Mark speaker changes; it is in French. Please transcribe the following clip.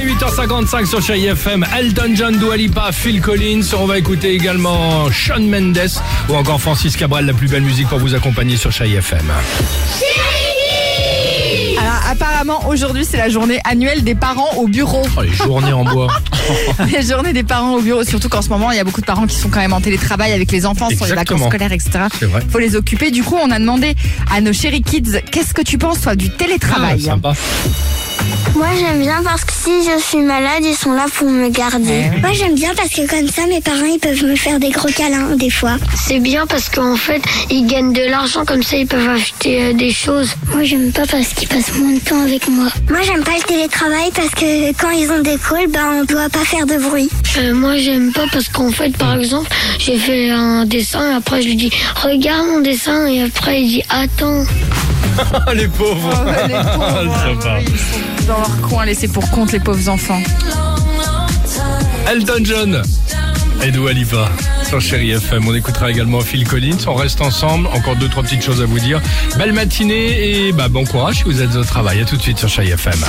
Speaker 1: 11h55 sur Chérie FM, Elton John, Doualipa, Phil Collins. On va écouter également Sean Mendes ou encore Francis Cabral, la plus belle musique pour vous accompagner sur Chérie FM.
Speaker 2: Alors apparemment aujourd'hui c'est la journée annuelle des parents au bureau.
Speaker 1: Oh, les journées en bois.
Speaker 2: La journée des parents au bureau, surtout qu'en ce moment il y a beaucoup de parents qui sont quand même en télétravail avec les enfants sur les vacances
Speaker 1: Exactement.
Speaker 2: scolaires, etc.
Speaker 1: C'est vrai.
Speaker 2: Faut les occuper. Du coup on a demandé à nos chéri kids qu'est-ce que tu penses toi du
Speaker 1: Ah,
Speaker 2: télétravail.
Speaker 1: sympa.
Speaker 3: Moi j'aime bien parce que si je suis malade, ils sont là pour me garder. Moi j'aime bien parce que comme ça mes parents ils peuvent me faire des gros câlins des fois.
Speaker 4: C'est bien parce qu'en fait, ils gagnent de l'argent, comme ça ils peuvent acheter euh, des choses.
Speaker 3: Moi j'aime pas parce qu'ils passent moins de temps avec moi. Moi j'aime pas le télétravail parce que quand ils ont des calls, bah on doit pas faire de bruit.
Speaker 4: Euh, moi, j'aime pas parce qu'en fait, par exemple, j'ai fait un dessin et après je lui dis regarde mon dessin et après il dit attends.
Speaker 1: Ah, les
Speaker 2: Oh,
Speaker 1: pauvres. Ah,
Speaker 2: les pauvres,
Speaker 1: Sympa.
Speaker 2: oui, ils sont dans leur coin laissés pour compte les pauvres enfants.
Speaker 1: Elton John et Dua Lipa sur Chéri FM. On écoutera également Phil Collins. On reste ensemble. Encore deux, trois petites choses à vous dire. Belle matinée et bah, bon courage si vous êtes au travail. À tout de suite sur Chéri FM.